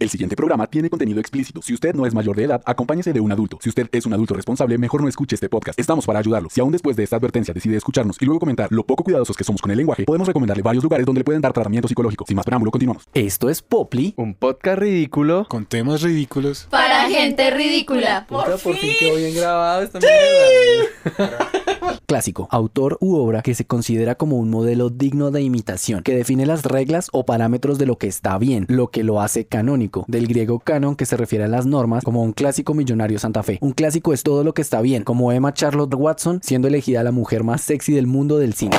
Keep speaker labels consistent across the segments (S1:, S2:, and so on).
S1: El siguiente programa tiene contenido explícito. Si usted no es mayor de edad, acompáñese de un adulto. Si usted es un adulto responsable, mejor no escuche este podcast. Estamos para ayudarlo. Si aún después de esta advertencia decide escucharnos y luego comentar lo poco cuidadosos que somos con el lenguaje, podemos recomendarle varios lugares donde le pueden dar tratamiento psicológico. Sin más preámbulo, continuamos.
S2: Esto es Popli.
S3: Un podcast ridículo.
S4: Con temas ridículos.
S5: Para gente ridícula.
S3: Puta, por fin quedó bien grabado esta
S2: Clásico, autor u obra que se considera como un modelo digno de imitación, que define las reglas o parámetros de lo que está bien, lo que lo hace canónico, del griego canon que se refiere a las normas, como un clásico millonario Santa Fe. Un clásico es todo lo que está bien, como Emma Charlotte Watson siendo elegida la mujer más sexy del mundo del cine.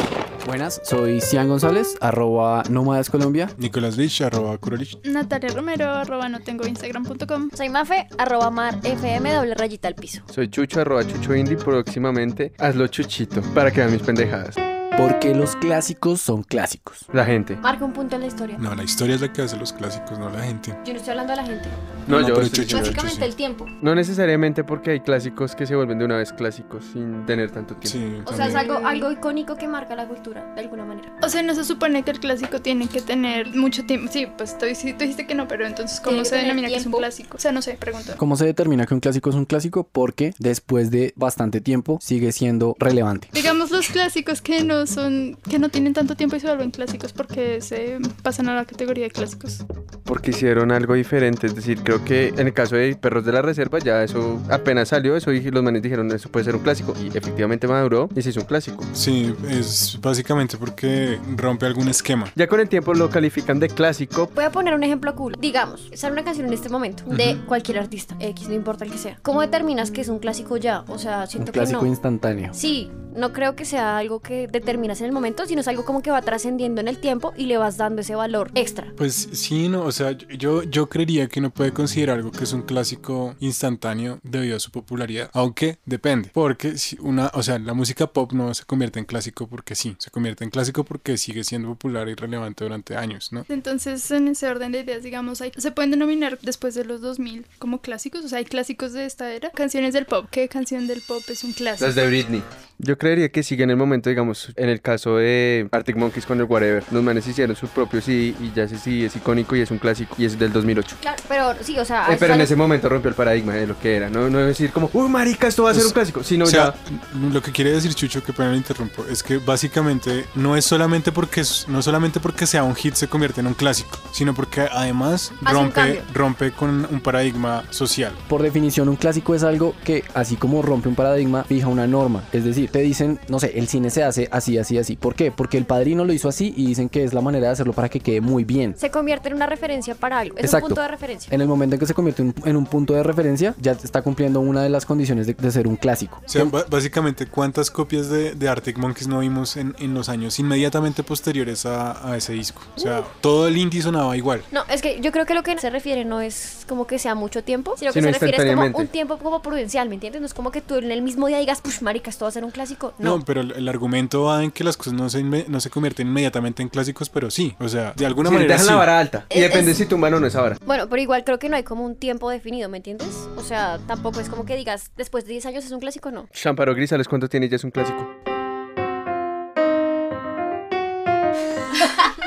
S2: Buenas, soy Cian González, arroba Nómadas Colombia.
S4: Nicolás Lich, arroba Kurolich.
S6: Natalia Romero, arroba no tengo instagram.com.
S5: Soy Mafe, arroba mar fm doble rayita al piso.
S3: Soy Chucho, arroba Chucho Indie. Próximamente, hazlo Chuchito para que vean mis pendejadas.
S2: Porque los clásicos son clásicos.
S3: La gente.
S5: Marca un punto en la historia.
S4: No, la historia es la que hace los clásicos, no la gente.
S5: Yo no estoy hablando a la gente.
S3: No,
S4: No,
S3: yo.
S4: pero
S3: estoy-
S4: Chucho.
S5: Básicamente el tiempo.
S3: No necesariamente porque hay clásicos que se vuelven de una vez clásicos sin tener tanto tiempo.
S4: Sí,
S5: O sea, es
S4: también.
S5: algo, algo icónico que marca la cultura, de alguna manera.
S6: O sea, no se supone que el clásico tiene que tener mucho tiempo. Sí, pues tú, dici- tú dijiste que no, pero entonces, ¿cómo
S5: Tiene que
S6: se
S5: tener
S6: denomina que es un
S5: tiempo.
S6: clásico? O sea, no sé, pregunto.
S2: ¿Cómo se determina que un clásico es un clásico? Porque después de bastante tiempo sigue siendo relevante.
S6: Digamos los clásicos que no son, que no tienen tanto tiempo y se vuelven clásicos porque se pasan a la categoría de clásicos.
S3: Porque hicieron algo diferente. Es decir, creo que en el caso de Perros de la Reserva, ya eso apenas salió. Eso y los manes dijeron, eso puede ser un clásico. Y efectivamente maduró y se hizo un clásico.
S4: Sí, es básicamente porque rompe algún esquema.
S3: Ya con el tiempo lo califican de clásico.
S5: Voy a poner un ejemplo cool. Digamos, sale una canción en este momento de cualquier artista, X, no importa el que sea. ¿Cómo determinas que es un clásico ya? O sea,
S2: Un
S5: siento que
S2: clásico
S5: no.
S2: instantáneo.
S5: Sí, no creo que sea algo que determinas en el momento, sino es algo como que va trascendiendo en el tiempo y le vas dando ese valor extra.
S4: Pues sí, no, o sea, yo, yo creería que uno puede considerar algo que es un clásico instantáneo debido a su popularidad, aunque depende, porque si una, o sea, la música pop no se convierte en clásico porque sí, se convierte en clásico porque sigue siendo popular y relevante durante años, ¿no?
S6: Entonces, en ese orden de ideas, digamos, hay- se pueden denominar después de los 2000 como clásicos. O sea, hay clásicos de esta era. Canciones del pop. ¿Qué canción del pop es un clásico?
S3: de Britney. Yo creería que sigue en el momento, digamos, en el caso de Arctic Monkeys con el Whatever. Los manes hicieron sus propios CD y ya ese CD es icónico y es un clásico y es del 2008.
S5: Claro, pero sí, o sea,
S3: Eh,
S5: es
S3: pero en
S5: algo-
S3: ese momento rompió el paradigma de lo que era. No, no es decir como, uy, marica, esto va a ser un clásico. Sino
S4: o sea,
S3: ya.
S4: lo que quiere decir Chucho, que pena le interrumpo, es que básicamente no es solamente porque es- no solamente porque sea un hit se convierte en un clásico, sino porque además
S5: Hace un
S4: rompe
S5: cambio.
S4: rompe con un paradigma social.
S2: Por definición, un clásico es algo que, así como rompe un paradigma, fija una norma. Es decir, te dicen, no sé, el cine se hace así, así, así. ¿Por qué? Porque el padrino lo hizo así y dicen que es la manera de hacerlo para que quede muy bien.
S5: se convierte en una referencia para algo. Es
S2: Exacto.
S5: un punto de referencia.
S2: En el momento en que se convierte en- en un punto de referencia, ya está cumpliendo una de las condiciones de, de ser un clásico.
S4: O sea, ba- básicamente, ¿cuántas copias de, de Arctic Monkeys no vimos en, en los años inmediatamente posteriores a, a ese disco? O sea, todo el indie sonaba igual.
S5: No, es que yo creo que lo que se refiere no es como que sea mucho tiempo, sino que
S3: Sino
S5: se refiere es como
S3: instantáneamente.
S5: un tiempo como prudencial, ¿me entiendes? No es como que tú en el mismo día digas, push, marica, esto va a ser un clásico.
S4: No,
S5: No.
S4: pero el, el argumento va en que las cosas no se, inme- no se convierten inmediatamente en clásicos, pero sí. O sea, de alguna
S3: Sí,
S4: manera
S3: dejan
S4: sí.
S3: la vara alta. Y
S5: Es-
S3: depende
S5: es-
S3: si tumban o no esa vara.
S5: Bueno, pero igual creo que no hay como un tiempo definido, ¿me entiendes? O sea, tampoco es como que digas, después de 10 años es un clásico, no.
S3: Champaro Grisales, ¿cuánto tiene? Ya es un clásico.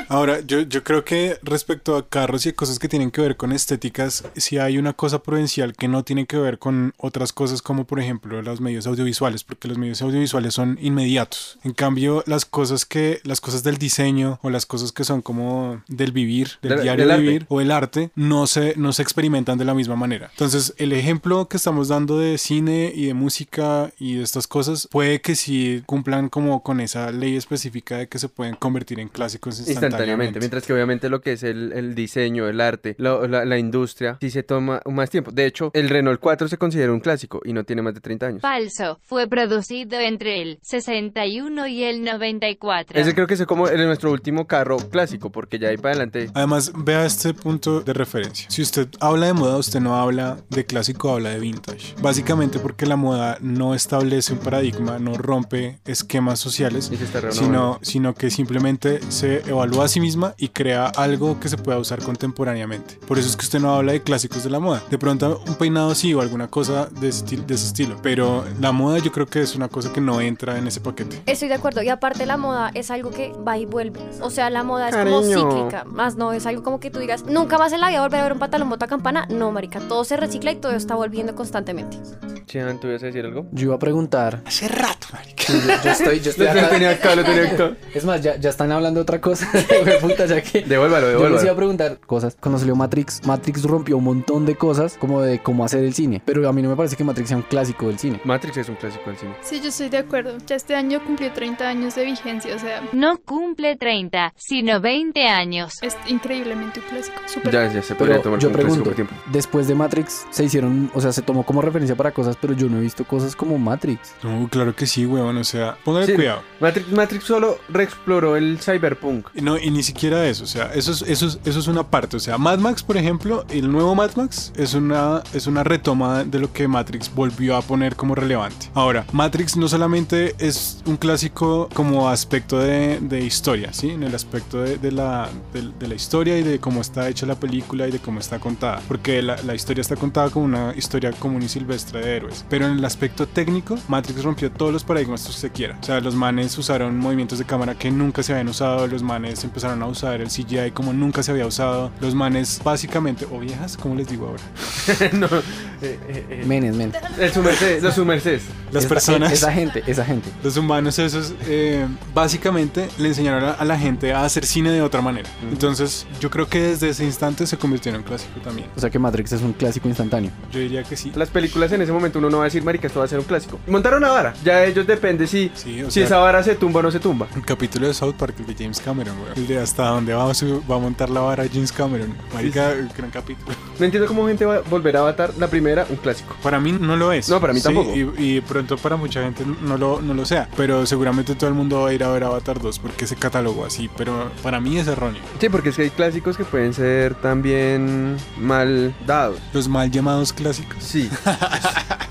S4: Ahora, yo, yo creo que respecto a carros y a cosas que tienen que ver con estéticas, sí hay una cosa prudencial que no tiene que ver con otras cosas como por ejemplo los medios audiovisuales, porque los medios audiovisuales son inmediatos. En cambio, las cosas que, las cosas del diseño o las cosas que son como del vivir, del
S3: Del-
S4: diario
S3: del arte.
S4: vivir o el arte, no se, no se experimentan de la misma manera. Entonces, el ejemplo que estamos dando de cine y de música y de estas cosas, puede que sí cumplan como con esa ley específica de que se pueden convertir en clásicos
S3: Instantáneamente. Mientras que obviamente lo que es el, el diseño, el arte, la, la- la industria, sí se toma más tiempo. De hecho, el Renault 4 se considera un clásico y no tiene más de 30 años.
S7: Falso. Fue producido entre el 61 y el 94.
S3: Ese creo que es como el- nuestro último carro clásico, porque ya ahí para adelante.
S4: Además, vea este punto de referencia. Si usted habla de moda, usted no habla de clásico, habla de vintage. Básicamente porque la moda no establece un paradigma, no rompe esquemas sociales,
S3: Y se está renovando.
S4: sino, sino que simplemente se evalúa a sí misma y crea algo que se pueda usar contemporáneamente. Por eso es que usted no habla de clásicos de la moda. De pronto un peinado sí o alguna cosa de ese, estil- de ese estilo. Pero la moda yo creo que es una cosa que no entra en ese paquete.
S5: Estoy de acuerdo. Y aparte la moda es algo que va y vuelve. O sea, la moda es como
S3: Cariño.
S5: cíclica. Más no, es algo como que tú digas, nunca más en la vida volver a ver un pantalón bota campana. No, marica, todo se recicla y todo está volviendo constantemente.
S3: Chian, ¿tú ibas a decir algo?
S2: Yo iba a preguntar.
S4: Hace rato, marica.
S2: Sí, yo, yo estoy, yo estoy acá.
S3: acá, Este lo tenía acá.
S2: Es más, ya, ya están hablando otra cosa. Puta, ya que.
S3: Devuélvalo,
S2: Yo les iba a
S3: devuélvalo.
S2: preguntar cosas. Cuando salió Matrix, Matrix rompió un montón de cosas como de cómo hacer el cine. Pero a mí no me parece que Matrix sea un clásico del cine.
S3: Matrix es un clásico del cine.
S6: Sí, yo estoy de acuerdo. Ya este año cumplió 30 años de vigencia, o sea,
S7: No cumple 30, sino 20 años.
S6: es increíblemente un clásico. Súper.
S3: Ya, ya se podría
S2: Pero
S3: tomar
S2: yo
S3: como un clásico
S2: pregunto,
S3: por tiempo.
S2: después de Matrix se hicieron, o sea, se tomó como referencia para cosas, pero yo no he visto cosas como Matrix.
S4: No, claro que sí, weón. O sea, póngale
S3: Sí.
S4: cuidado.
S3: Matrix, Matrix solo reexploró el cyberpunk.
S4: No, y ni siquiera eso, o sea, eso es, eso es, eso es una parte, o sea, Mad Max, por ejemplo, el nuevo Mad Max es una, es una retoma de lo que Matrix volvió a poner como relevante. Ahora, Matrix no solamente es un clásico como aspecto de, de historia, ¿sí? En el aspecto de, de la, de, de la historia y de cómo está hecha la película y de cómo está contada, porque la, la historia está contada como una historia común y silvestre de héroes, pero en el aspecto técnico, Matrix rompió todos los paradigmas que usted quiera, o sea, los manes usaron movimientos de cámara que nunca se habían usado, los manes empezaron a usar el CGI como nunca se había usado, los manes básicamente, o viejas, como les digo ahora,
S3: no. eh, eh, eh.
S2: Menes, men.
S3: El sumercés, los sumercés.
S4: las
S2: Esa-
S4: personas...
S2: Esa gente, esa gente.
S4: Los humanos esos eh, básicamente le enseñaron a, a la gente a hacer cine de otra manera. Entonces yo creo que desde ese instante se convirtió en un clásico también.
S2: O sea que Matrix es un clásico instantáneo.
S4: Yo diría que sí.
S3: Las películas en ese momento uno no va a decir, marica, esto va a ser un clásico. Montaron una vara. Ya de ellos depende si,
S4: Sí, o
S3: si
S4: sea-
S3: esa vara se tumba o no se tumba.
S4: El capítulo de South Park, el de James Cameron, güey. El de hasta dónde va a, su- va a montar la vara James Cameron. Marica, gran capítulo.
S3: No entiendo cómo gente va a volver a avatar la primera un clásico.
S4: Para mí no lo es.
S3: No, para mí
S4: Sí,
S3: tampoco.
S4: Y, y pronto para mucha gente no lo, no lo sea. Pero seguramente todo el mundo va a ir a ver Avatar 2 porque se catalogó así. Pero para mí es erróneo.
S3: Sí, porque es que hay clásicos que pueden ser también mal dados.
S4: Los mal llamados clásicos.
S3: Sí.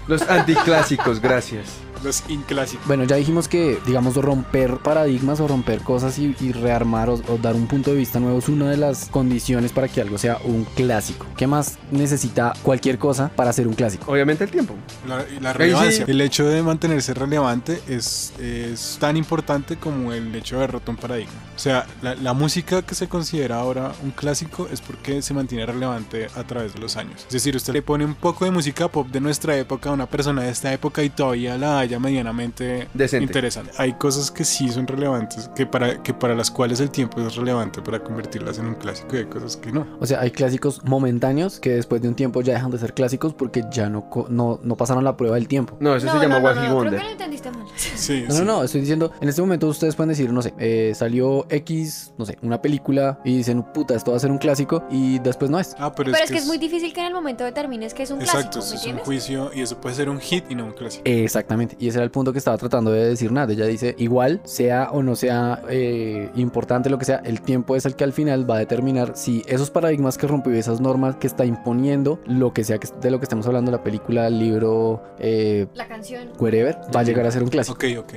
S3: Los anticlásicos, gracias.
S4: Los inclásicos.
S2: Bueno, ya dijimos que, digamos, romper paradigmas o romper cosas y, y rearmar o, o dar un punto de vista nuevo es una de las condiciones para que algo sea un clásico. ¿Qué más necesita cualquier cosa para ser un clásico?
S3: Obviamente el tiempo.
S4: La, y la
S3: Ahí sí.
S4: relevancia. El hecho de mantenerse relevante es, es tan importante como el hecho de roto un paradigma. O sea, la, la música que se considera ahora un clásico es porque se mantiene relevante a través de los años. Es decir, usted le pone un poco de música pop de nuestra época a una persona de esta época y todavía la haya medianamente
S3: Decente.
S4: interesante. Hay cosas que sí son relevantes, que para, que para las cuales el tiempo es relevante para convertirlas en un clásico y hay cosas que no.
S2: O sea, hay clásicos momentáneos que después de un tiempo ya dejan de ser clásicos porque ya no, co- no, no pasaron la prueba del tiempo.
S3: No, eso
S5: no,
S3: se llama
S5: no, no,
S3: Wacky
S5: no, creo
S3: Wonder.
S5: que lo entendiste mal.
S4: Sí,
S2: No,
S4: sí.
S2: no, no, estoy diciendo, en este momento ustedes pueden decir, no sé, eh, salió X, no sé, una película y dicen, puta, esto va a ser un clásico y después no es.
S4: Ah,
S5: Pero es que es muy difícil que en el momento determines que es un
S4: Exacto, eso
S5: clásico, ¿me
S4: es un
S5: entiendes?
S4: juicio y eso puede ser un hit y no un clásico.
S2: Exactamente, y ese era el punto que estaba tratando de decir Nat. Ella dice: igual, sea o no sea eh, importante lo que sea, el tiempo es el que al final va a determinar si esos paradigmas que rompió, esas normas que está imponiendo, lo que sea que- de lo que estemos hablando, la película, el libro, eh,
S5: La canción.
S2: wherever, va a llegar a ser un clásico.
S4: Ok, ok.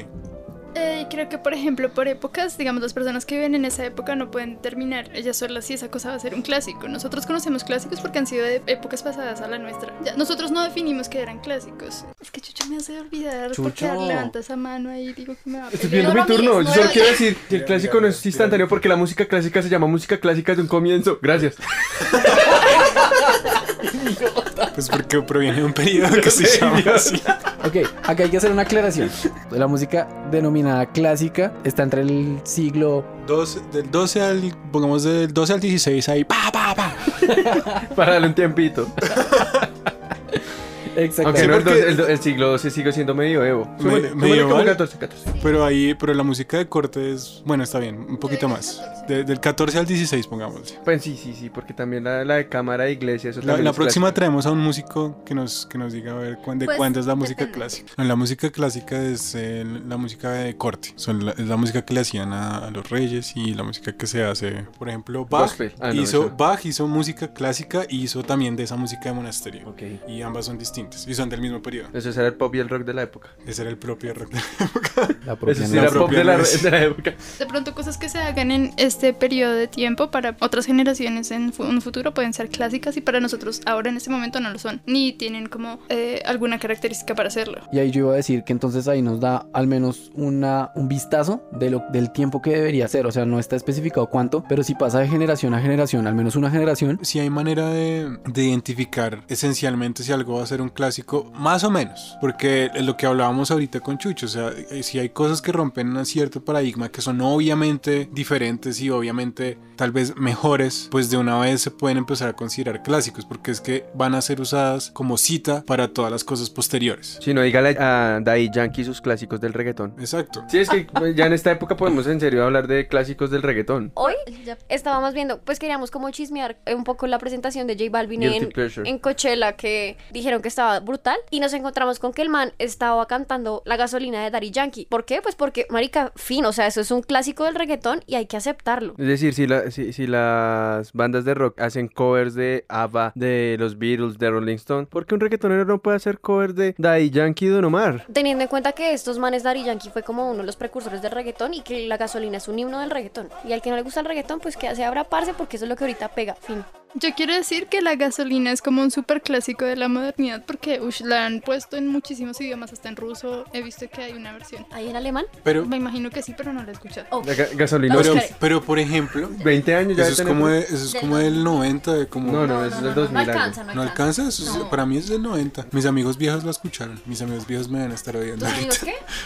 S6: Eh, creo que, por ejemplo, por épocas, digamos, las personas que viven en esa época no pueden determinar ellas solas si esa cosa va a ser un clásico. Nosotros conocemos clásicos porque han sido de épocas pasadas a la nuestra. Ya, nosotros no definimos que eran clásicos. Es que Chucho me hace olvidar porque
S2: Chucho.
S6: levanta esa mano ahí y digo que me va a
S3: Estoy
S6: pegar.
S3: pidiendo
S5: No,
S3: Este mi turno.
S5: no,
S3: Yo
S5: amigues, no,
S3: solo
S5: no.
S3: quiero decir que el
S4: Mira,
S3: clásico
S4: mira,
S3: no es
S4: mira.
S3: instantáneo porque la música clásica se llama música clásica desde un comienzo. Gracias.
S4: Pues porque proviene de un periodo que se llama así.
S2: Ok, acá hay que hacer una aclaración. La música denominada clásica está entre el siglo.
S4: 12 del 12 al, pongamos del 12 al 16 ahí, pa, pa, pa.
S3: Para darle un tiempito.
S2: Exactamente.
S3: Aunque no, el,
S4: porque-
S3: dos- el do- el siglo XII sigue siendo medioevo.
S4: Me-
S3: Súbele, súbele
S4: medieval.
S3: como 14, 14.
S4: Pero ahí, pero la música de corte es, bueno, está bien, un poquito más. De- del 14 al 16, pongámosle.
S3: Pues sí, sí, sí, porque también la, la de cámara de iglesia. Eso
S4: La,
S3: también
S4: la
S3: es
S4: próxima
S3: clásico.
S4: traemos a un músico que nos, que nos diga a ver cuán- de
S5: Pues,
S4: cuándo es la música
S5: depende.
S4: clásica. No, la música clásica es eh, la música de corte. Son la, es la música que le hacían a, a los reyes y la música que se hace. Por ejemplo, Bach,
S3: Gospel. Ah, no,
S4: hizo,
S3: eso.
S4: Bach hizo música clásica y hizo también de esa música de monasterio.
S3: Ok.
S4: Y ambas son distintas y son del mismo periodo.
S3: Eso era el pop y el rock de la época.
S4: Ese era el propio rock de la época.
S2: La propia
S3: Eso sí
S4: no.
S3: era
S4: La
S3: pop
S4: propia
S3: de la,
S4: no es.
S3: de la época.
S6: De pronto cosas que se hagan en este periodo de tiempo para otras generaciones en fu- un futuro pueden ser clásicas y para nosotros ahora en este momento no lo son, ni tienen como eh, alguna característica para hacerlo.
S2: Y ahí yo iba a decir que entonces ahí nos da al menos una, un vistazo de lo, del tiempo que debería ser. O sea, no está especificado cuánto, pero si pasa de generación a generación, al menos una generación,
S4: Si hay manera de, de identificar esencialmente si algo va a ser un clásico, más o menos, porque es lo que hablábamos ahorita con Chucho, o sea, eh, si hay cosas que rompen un cierto paradigma que son obviamente diferentes y obviamente tal vez mejores, pues de una vez se pueden empezar a considerar clásicos, porque es que van a ser usadas como cita para todas las cosas posteriores.
S3: Si no, dígale a Daddy Yankee sus clásicos del reggaetón.
S4: Exacto.
S3: Sí, es que pues, ya en esta época podemos en serio hablar de clásicos del reggaetón.
S5: Hoy estábamos viendo, pues queríamos como chismear eh, un poco la presentación de J Balvin
S3: Guilty
S5: en,
S3: pleasure.
S5: en Coachella que dijeron que estaba brutal y nos encontramos con que el man estaba cantando la gasolina de Daddy Yankee. ¿Por qué? Pues porque, marica, fin, o sea, eso es un clásico del reggaetón y hay que aceptarlo.
S3: Es decir, si, la- si, si las bandas de rock hacen covers de ABBA, de los Beatles, de Rolling Stone, ¿por qué un reggaetonero no puede hacer covers de Daddy Yankee y Don Omar?
S5: Teniendo en cuenta que estos manes Daddy Yankee fue como uno de los precursores del reggaetón y que la gasolina es un himno del reggaetón. Y al que no le gusta el reggaetón, pues que se abra parce porque eso es lo que ahorita pega, fin.
S6: Yo quiero decir que la gasolina es como un súper clásico de la modernidad porque ush, la han puesto en muchísimos idiomas, hasta en ruso. He visto que hay una versión.
S5: Ahí en alemán.
S4: Pero,
S6: Me imagino que sí, pero no la he escuchado.
S5: Oh.
S3: La ga- gasolina.
S4: pero,
S5: Oscar.
S4: pero por ejemplo,
S3: 20 años ya
S4: eso
S3: de
S4: es
S3: tener-
S4: como, de- eso es como del 90, de como...
S3: No, no, eso es del 2000 algo.
S4: ¿No alcanza? Eso es- Para mí es del 90. Mis amigos viejos lo escucharon. Mis amigos viejos me van a estar oyendo. ahorita.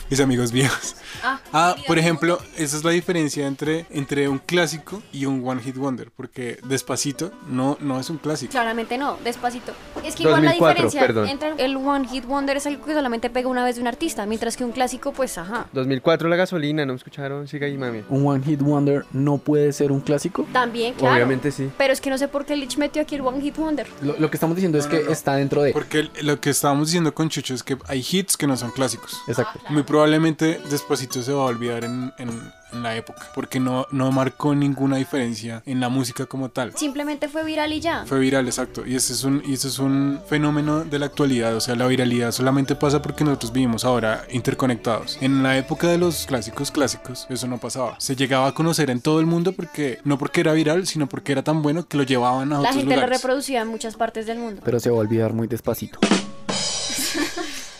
S4: Mis amigos viejos.
S5: Ah,
S4: Ah, por ejemplo, esa es la diferencia entre, entre un clásico y un One Hit Wonder. Porque Despacito no, no es un clásico.
S5: Claramente no, despacito. Es que igual
S3: 2004,
S5: la diferencia
S3: perdón.
S5: entre el One Hit Wonder es algo que solamente pega una vez de un artista, mientras que un clásico, pues ajá.
S3: 2004 la gasolina, ¿no me escucharon? Siga ahí, mami.
S2: un One Hit Wonder no puede ser un clásico.
S5: También, claro.
S3: Obviamente sí.
S5: Pero es que no sé por qué Lich metió aquí el One Hit Wonder.
S2: Lo, lo que estamos diciendo es
S4: No,
S2: que
S4: no, no.
S2: está dentro de...
S4: Porque el- lo que estábamos diciendo con Chucho es que hay hits que no son clásicos.
S2: Exacto.
S4: Muy probablemente Despacito se va a olvidar en, en- en la época. Porque no, no marcó ninguna diferencia en la música como tal.
S5: Simplemente fue viral y ya.
S4: Fue viral, exacto. Y ese es un, y ese es un fenómeno de la actualidad. O sea, la viralidad solamente pasa porque nosotros vivimos ahora interconectados. En la época de los clásicos clásicos, eso no pasaba. Se llegaba a conocer en todo el mundo porque, no porque era viral, sino porque era tan bueno que lo llevaban a
S5: La
S4: otros
S5: gente lo
S4: lugares.
S5: reproducía en muchas partes del mundo.
S2: Pero se va a olvidar muy despacito.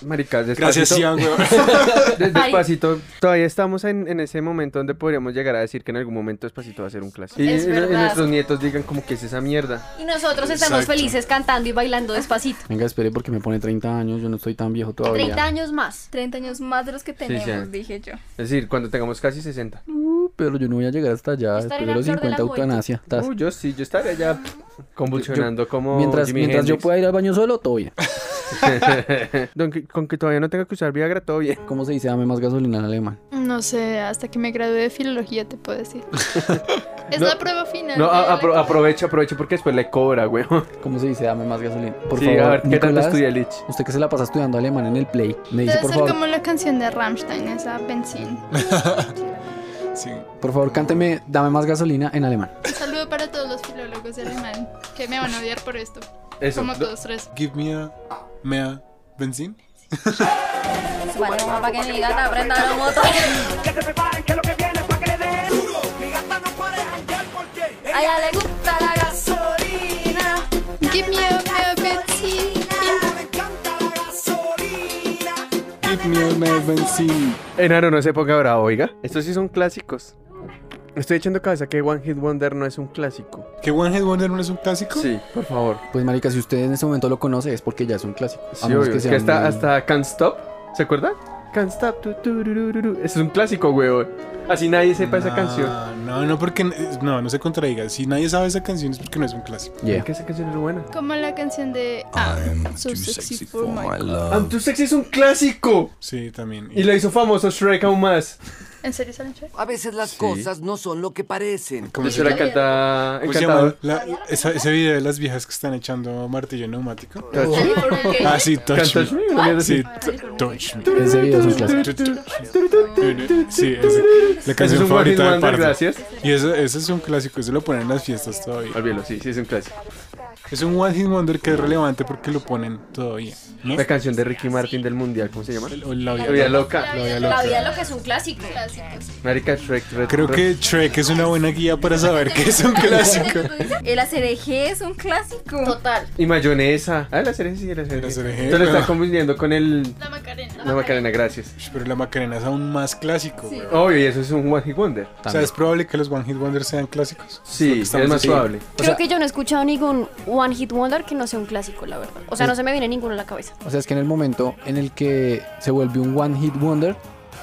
S3: Maricas, despacito.
S4: Gracias, Ian, weón.
S3: De-
S5: Ay.
S3: Despacito, todavía estamos en, en ese momento donde podríamos llegar a decir que en algún momento Despacito va a ser un clásico. Y,
S5: Es
S3: y- y
S5: verdad.
S3: nuestros nietos digan como que es esa mierda.
S5: Y nosotros estamos
S4: Exacto.
S5: felices cantando y bailando despacito.
S2: Venga, espere porque me pone 30 años, yo no estoy tan viejo
S4: Oh,
S2: todavía.
S5: 30 años más.
S8: 30 años más de los que tenemos,
S3: ya.
S8: dije yo.
S3: Es decir, cuando tengamos casi 60.
S2: Uh, pero yo no voy a llegar hasta allá.
S5: Estar
S2: Después
S5: en
S2: de
S5: la
S2: los
S5: flor de la
S2: 50
S5: juventud.
S2: eutanasia. Tas-
S3: Uh, yo sí, yo estaría ya convulsionando como
S2: mientras
S3: Jimi
S2: mientras yo
S3: Hendrix.
S2: pueda ir al baño solo, todo bien.
S3: Don- que- con que todavía no tenga que usar Viagra, todo bien.
S2: ¿Cómo se dice dame más gasolina en alemán?
S6: No sé, hasta que me gradué de filología te puedo decir. es
S3: No,
S6: la prueba final.
S3: No,
S6: de
S3: a-
S6: la
S3: apro- aprovecha, aprovecha porque después le cobra, güey.
S2: ¿Cómo se dice dame más gasolina? Por
S3: sí,
S2: favor,
S3: a ver, ¿qué tanto
S2: Nicolás,
S3: estudia Lich?
S2: Usted que se la pasa estudiando alemán en el play, me dice
S6: Debe
S2: por
S6: ser
S2: favor,
S6: como la canción de Rammstein, esa Benzin.
S4: Sí.
S2: por favor, cánteme dame más gasolina en alemán.
S6: Un saludo para todos los filólogos de alemán que me van a odiar por esto.
S3: Eso.
S6: Como
S3: do-
S6: todos tres.
S4: Give me a, me a benzín.
S5: Vale, mamá, para que mi gata aprenda la moto. A ella le gusta la gasolina.
S6: Give me a, a Benzin.
S4: Give me a, me a benzín.
S3: Enano, no se ponga bravo, oiga. Estos sí son clásicos. Estoy echando cabeza que One Hit Wonder no es un clásico.
S4: ¿Que One Hit Wonder no es un clásico?
S3: Sí, por favor.
S2: Pues marica, si usted en este momento lo conoce es porque ya es un clásico. A
S3: Sí,
S2: menos
S3: obvio.
S2: que
S3: Es
S2: sea
S3: que hasta,
S2: muy-
S3: hasta Can't Stop, ¿se acuerda? Can't Stop. tu, tu, ru, ru, ru, ru. Ese es un clásico, weón. Así nadie sepa esa
S2: Ah,
S4: No,
S3: canción.
S4: No, no, porque no, no se contradiga. Si nadie sabe esa canción es porque no es un clásico.
S2: Yeah.
S3: Que esa canción es buena.
S6: Como la canción de ah, So Sexy for My God.
S3: I'm Too Sexy es un clásico.
S4: Sí, también.
S3: Y lo hizo famoso Shrek aún más.
S6: ¿En serio salen Shrek?
S9: A veces las
S3: Sí.
S9: cosas no son lo que parecen.
S4: ¿Cómo
S3: Eso la canta
S4: ¿Cómo Pues se
S3: Encantador.
S4: llama la- esa- ese video de las viejas que están echando martillo neumático.
S3: Touch Me.
S4: Ah, sí, touch
S3: Canta
S4: me.
S3: Shrek, una mierda así.
S4: Sí, t- touch me.
S2: Ese video es un clásico.
S4: Sí, es la
S3: Ese es
S4: canción
S3: un One Hit
S4: favorita de
S3: Wonder,
S4: Pardo.
S3: gracias.
S4: Y eso, eso es un clásico, eso lo ponen en las fiestas todavía.
S3: Olvídalo, sí, sí es un clásico.
S4: Es un One Hit Wonder que es relevante porque lo ponen todavía. ¿no?
S3: La canción de Ricky Martin del mundial, ¿cómo se llama?
S4: El- o La
S3: La vida
S4: vida.
S3: loca.
S4: La vida
S5: La
S4: loca.
S5: vida lo que es un clásico.
S3: Marica Shrek. Red-
S4: Creo
S3: Red-
S4: que Shrek es una buena guía para saber qué es un clásico.
S8: El acereje es un clásico.
S5: Total.
S3: Y mayonesa. Ah, la cereja sí, la cereja.
S4: La cereja.
S3: Entonces lo están confundiendo con el.
S6: La Macarena.
S3: La Macarena, gracias.
S4: Ush, Pero la Macarena es aún más clásico. güey.
S3: Obvio, y eso es un One Hit Wonder.
S4: O sea, es probable que los One Hit Wonders sean clásicos.
S3: Sí, es
S4: estamos
S3: más
S4: diciendo.
S3: suave.
S5: Creo que yo no he escuchado ningún One Hit Wonder que no sea un clásico, la verdad. O sea, no se me viene ninguno a la cabeza.
S2: O sea, es que en el momento en el que se vuelve un One Hit Wonder,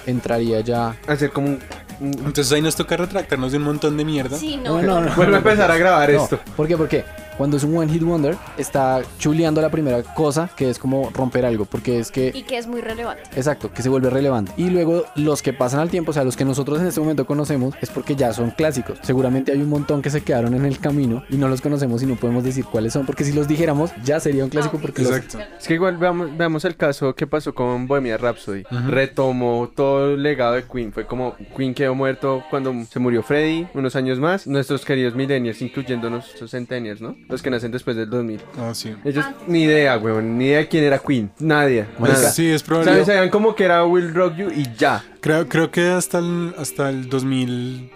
S2: entraría ya.
S3: Hacer como un. un-
S4: Entonces ahí nos toca retractarnos de un montón de mierda.
S5: Sí, no.
S2: No, no, no.
S3: Vuelve a empezar a grabar
S2: No,
S3: esto.
S2: ¿Por qué? Porque cuando es un One Hit Wonder, está chuleando la primera cosa, que es como romper algo, porque es que
S5: Y que es muy relevante.
S2: Exacto, que se vuelve relevante. Y luego los que pasan al tiempo, o sea, los que nosotros en este momento conocemos, es porque ya son clásicos. Seguramente hay un montón que se quedaron en el camino y no los conocemos y no podemos decir cuáles son, porque si los dijéramos ya sería un clásico porque los-
S4: Exacto.
S3: Es que igual veamos, veamos el caso que pasó con Bohemia Rhapsody. Retomó todo el legado de Queen. Fue como Queen quedó muerto cuando se murió Freddy, unos años más. Nuestros queridos millennials, incluyéndonos los centennials, ¿no? Los que nacen después del 2000.
S4: Ah, sí.
S3: Ellos, ni idea, weón, ni idea de quién era Queen. Nadie.
S2: Marica,
S3: nada.
S4: Pues Sí, es probable.
S3: ¿Saben? Sabían como que era Will Rock You y ya.
S4: Creo, creo que hasta el, hasta el 2000,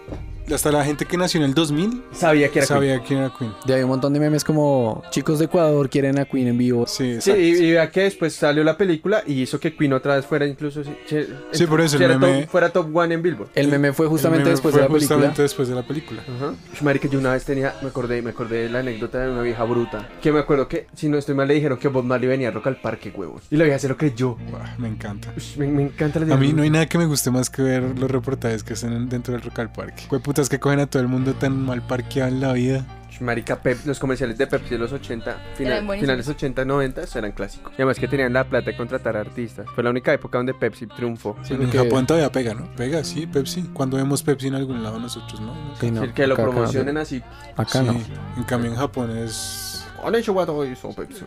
S4: hasta la gente que nació en el 2000
S3: Sabía que era Queen.
S4: sabía quién era Queen.
S2: De ahí un montón de memes como chicos de Ecuador quieren a Queen en vivo.
S4: Sí,
S3: Sí,
S4: exacto.
S3: y, y vea que después salió la película y hizo que Queen otra vez fuera incluso. si- che-
S4: Sí, por eso el
S3: fuera
S4: meme- Eh.
S3: top- fuera top one en Billboard.
S2: El meme fue justamente
S4: El meme
S2: después
S4: fue
S2: de la película.
S4: Justamente después de la película.
S3: Ajá. Ush, Marica, yo una vez tenía, me acordé, me acordé de la anécdota de una vieja bruta. Que me acuerdo que, si no estoy mal, le dijeron que Bob Marley venía a Rock al Parque, huevos. Y la vieja se lo creyó.
S4: Buah, me encanta.
S3: Ush, Me, me encanta la
S4: A mí no hay nada que me guste más que ver los reportajes que hacen dentro del Rock al Parque. Fue putas que cogen a todo el mundo tan mal parqueado en la vida.
S3: Ush, Marica, Pep, los comerciales de Pepsi de los 80, final-
S8: Eran buenísimos.
S3: finales 80, 90, eran clásicos. Y además que tenían la plata de contratar artistas. Fue la única época donde Pepsi triunfó.
S2: Sí,
S4: en
S2: porque-
S4: Japón todavía pega, ¿no? Pega, sí, Pepsi. Cuando vemos Pepsi en algún lado nosotros, ¿no?
S2: Sí, no,
S3: Es decir, que lo
S2: acá- acá-
S3: promocionen así.
S2: Acá
S4: Sí,
S2: no.
S4: En cambio en Japón es...
S3: Han hecho guato y son Pepsi.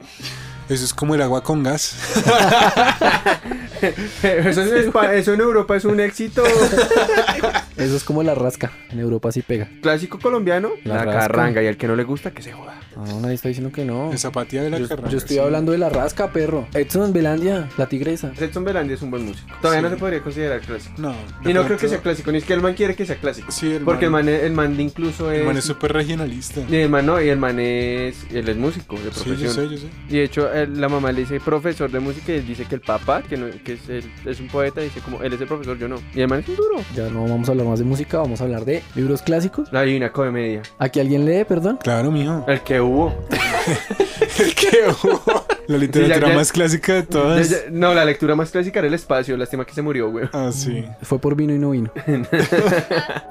S4: Eso es como el agua con gas.
S3: eso, en Espa- eso en Europa es un éxito.
S2: Eso es como la rasca. En Europa sí pega.
S3: Clásico colombiano,
S2: La
S3: la,
S2: rasca.
S3: carranga. Y al que no le gusta, que se joda.
S2: No, nadie está diciendo que no.
S4: El zapatilla de la
S2: Yo,
S4: carranga,
S2: yo estoy
S4: sí.
S2: hablando de la rasca, perro. Edson Belandia, la tigresa.
S3: Edson Belandia es un buen músico. Todavía
S4: Sí.
S3: no se podría considerar clásico.
S4: No. de
S3: Y no creo
S4: pronto-
S3: que sea clásico, ni es que el man quiere que sea clásico.
S4: Sí, el
S3: porque
S4: man-
S3: el man, el man de incluso es.
S4: El man es súper regionalista.
S3: y el man no, y el man es. Él es músico de
S4: Sí,
S3: profesión.
S4: yo sé, yo sé.
S3: Y de hecho, él- la mamá le dice profesor de música y él dice que el papá, que, no- que es, el- es un poeta, dice como él es el profesor, yo no. Y el man es un duro.
S2: Ya no vamos a hablar más de música, vamos a hablar de libros clásicos.
S3: La divina comedia.
S2: Aquí alguien lee, perdón.
S4: Claro, mijo.
S3: El que hubo.
S4: ¿Qué hubo? La literatura
S3: ya-
S4: más clásica de todas.
S3: Ya- ya- No, la lectura más clásica era El espacio. Lástima que se murió, güey.
S4: Ah, sí.
S2: Fue por vino y no vino.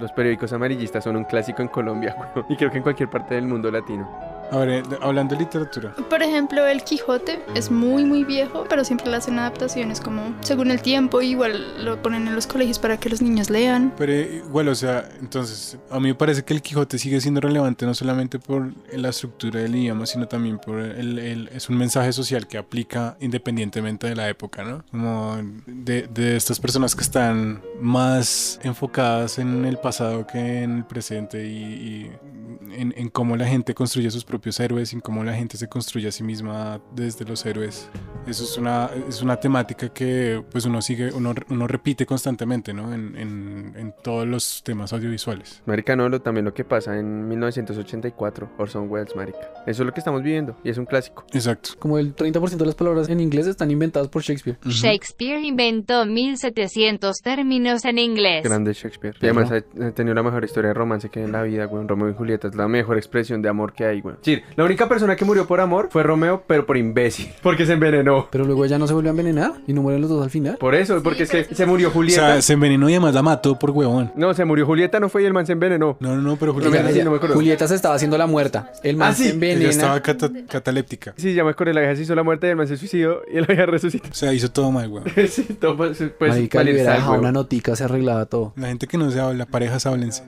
S3: Los periódicos amarillistas son un clásico en Colombia, güey. Y creo que en cualquier parte del mundo latino.
S4: Ahora, de- eh, hablando de literatura.
S6: Por ejemplo, El Quijote es muy, muy viejo, pero siempre le hacen adaptaciones como según el tiempo, igual lo ponen en los colegios para que los niños lean.
S4: Pero eh, igual, o sea, entonces, a mí me parece que el Quijote sigue siendo relevante no solamente por la estructura del idioma, sino también por el, el- es un mensaje social que aplica independientemente de la época, ¿no? Como de, de estas personas que están más enfocadas en el pasado que en el presente y, y en, en cómo la gente construye sus propios héroes y en cómo la gente se construye a sí misma desde los héroes. Eso es una, es una temática que pues uno sigue, uno, uno repite constantemente, ¿no? En, en- en todos los temas audiovisuales.
S3: Marica, no, lo, también lo que pasa en 1984, Orson Welles, marica. Eso es lo que estamos viviendo y es un clásico.
S4: Exacto.
S2: Como el 30% de las palabras en inglés están inventadas por Shakespeare.
S7: Shakespeare inventó 1700 términos en inglés.
S3: Grande Shakespeare. Y
S2: ¿Verdad?
S3: además ha, ha tenido la mejor historia de romance que hay en la vida, güey. Romeo y Julieta es la mejor expresión de amor que hay, güey. Sí, la única persona que murió por amor fue Romeo, pero por imbécil. Porque se envenenó.
S2: Pero luego ella no se vuelve a envenenar y no mueren los dos al final.
S3: Por eso, porque es que se murió
S4: O
S3: Julieta.
S4: sea, se envenenó y además la mató por huevón.
S3: No, se murió Julieta, no fue y el man se envenenó.
S4: No, no, no, pero
S3: No me
S4: Julieta,
S3: hagas-
S4: ella,
S3: no me acuerdo.
S2: Julieta se estaba haciendo la muerta. El man
S3: Ah, sí.
S2: se
S4: ella
S2: envenena.
S4: estaba cata- cataléptica.
S3: Sí, ya me acordé, la vieja se hizo la muerte y el man se suicidó y la vieja resucitó.
S4: O sea, hizo todo mal, huevón.
S3: sí, todo pues, pues,
S2: Marica, le
S3: valió
S2: hubiera
S3: sal,
S2: dejado
S3: güey.
S2: una notica, se arreglaba todo.
S4: La gente que no se habla, parejas háblense.